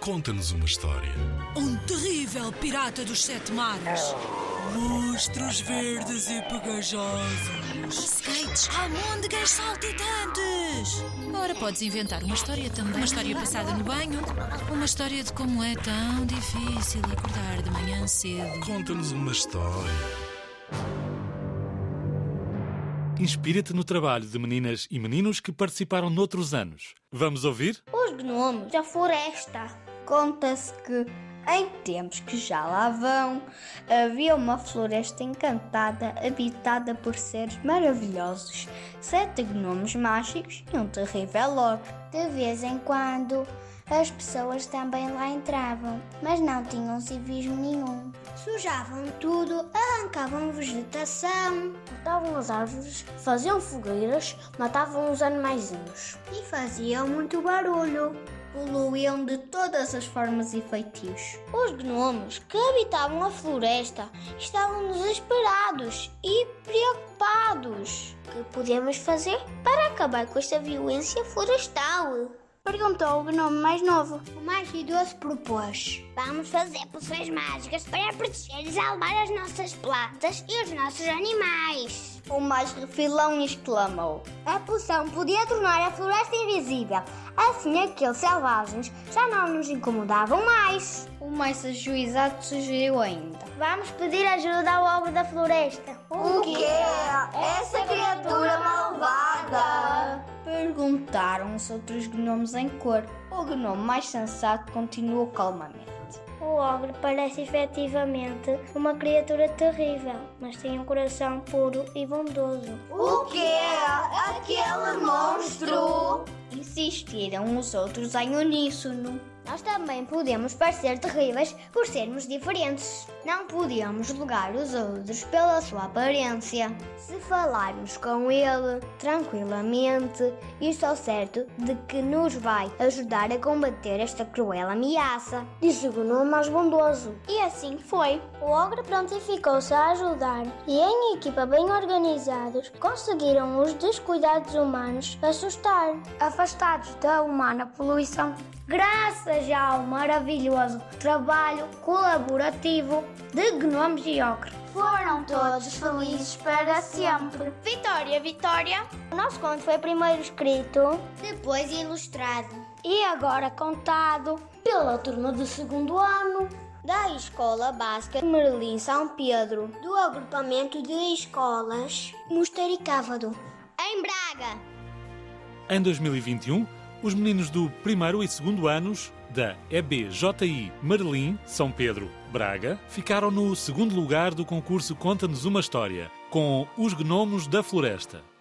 Conta-nos uma história. Um terrível pirata dos sete mares. Monstros verdes e pegajosos. Skates, almôndegas saltitantes. Ora, podes inventar uma história também. Uma história passada no banho. Uma história de como é tão difícil acordar de manhã cedo. Conta-nos uma história. Inspira-te no trabalho de meninas e meninos que participaram noutros anos. Vamos ouvir? Os gnomos da floresta. Conta-se que, em tempos que já lá vão, havia uma floresta encantada habitada por seres maravilhosos, sete gnomos mágicos e um terrível ogro. De vez em quando, as pessoas também lá entravam, mas não tinham civismo nenhum. Sujavam tudo, arrancavam vegetação, cortavam as árvores, faziam fogueiras, matavam os animaizinhos. E faziam muito barulho. Poluíam de todas as formas e feitios. Os gnomos que habitavam a floresta estavam desesperados e preocupados. O que podemos fazer para acabar com esta violência florestal? Perguntou o gnomo mais novo. O mais idoso propôs: Vamos fazer poções mágicas para proteger e salvar as nossas plantas e os nossos animais. O mais refilão exclamou. A poção podia tornar a floresta invisível. Assim, aqueles selvagens já não nos incomodavam mais. O mais ajuizado sugeriu ainda. Vamos pedir ajuda ao ogro da floresta. O que é essa criatura malvada? Perguntaram os outros gnomos em cor. O gnomo mais sensato continuou calmamente. O ogro parece efetivamente uma criatura terrível, mas tem um coração puro e bondoso. O que é aquele monstro? Insistiram os outros em uníssono. Nós também podemos parecer terríveis por sermos diferentes. Não podíamos julgar os outros pela sua aparência. Se falarmos com ele tranquilamente, estou certo de que nos vai ajudar a combater esta cruel ameaça. Disse o gnomo mais bondoso. E assim foi. O ogre prontificou-se a ajudar e, em equipa bem organizados, conseguiram os descuidados humanos assustar, afastados da humana poluição. Graças ao maravilhoso trabalho colaborativo de gnomos e ogre. Foram todos felizes para sempre. Vitória, vitória! O nosso conto foi primeiro escrito, depois ilustrado e agora contado pela turma do segundo ano da Escola Básica Merlim São Pedro, do agrupamento de escolas Mostericávado, em Braga. Em 2021, os meninos do primeiro e segundo anos da EBJI Marlim São Pedro Braga ficaram no segundo lugar do concurso Conta-nos uma História, com Os Gnomos da Floresta.